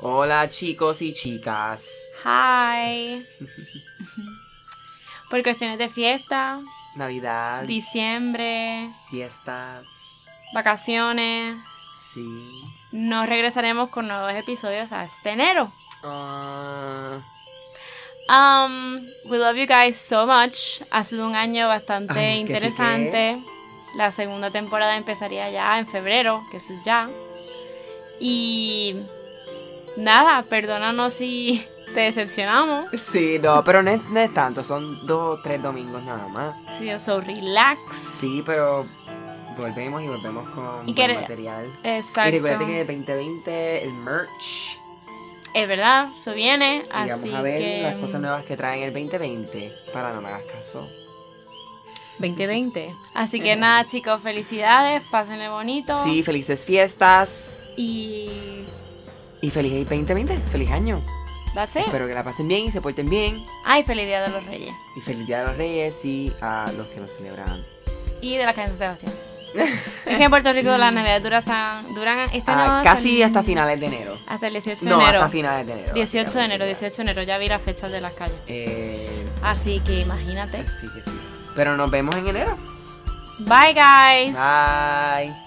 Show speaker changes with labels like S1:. S1: Hola chicos y chicas.
S2: Hi. Por cuestiones de fiesta,
S1: Navidad,
S2: diciembre,
S1: fiestas.
S2: vacaciones,
S1: Sí.
S2: nos regresaremos con nuevos episodios hasta enero.
S1: Ah,
S2: Um, we love you guys so much. Ha sido un año bastante
S1: Ay, que sí
S2: interesante. La segunda temporada empezaría ya en febrero, que eso es ya. Y nada, perdónanos si te decepcionamos.
S1: sí, no, pero no es, no es tanto, son dos o tres domingos nada más.
S2: Si so relax.
S1: Sí, pero volvemos y volvemos con buen
S2: Y que-
S1: material. Y
S2: Exacto.
S1: recuerda que 2020 el merch.
S2: Es verdad, eso viene.
S1: y
S2: Así
S1: vamos a ver
S2: que. mm.
S1: las cosas nuevas que traen el 2020 para no me hagas caso.
S2: 2020. Así que nada, chicos, felicidades, pásenle bonito.
S1: Sí, felices fiestas
S2: Y.
S1: y feliz 2020, feliz año.
S2: That's it.
S1: Espero que la pasen bien y se porten bien.
S2: Ay, feliz Día de los Reyes.
S1: Y feliz Día de los Reyes y a los que lo celebran.
S2: y de la calle de San Sebastián. es que en Puerto Rico las navidades duran hasta, duran esta
S1: Ah,
S2: no, hasta
S1: casi
S2: el-
S1: hasta finales de enero.
S2: Hasta el 18 de
S1: No,
S2: enero.
S1: hasta finales de enero.
S2: 18 de enero,
S1: básicamente, ya.
S2: 18 de enero, ya vi las fechas de las calles.
S1: Eh,
S2: Así que imagínate.
S1: así que sí. Pero nos vemos en enero.
S2: Bye guys.
S1: Bye.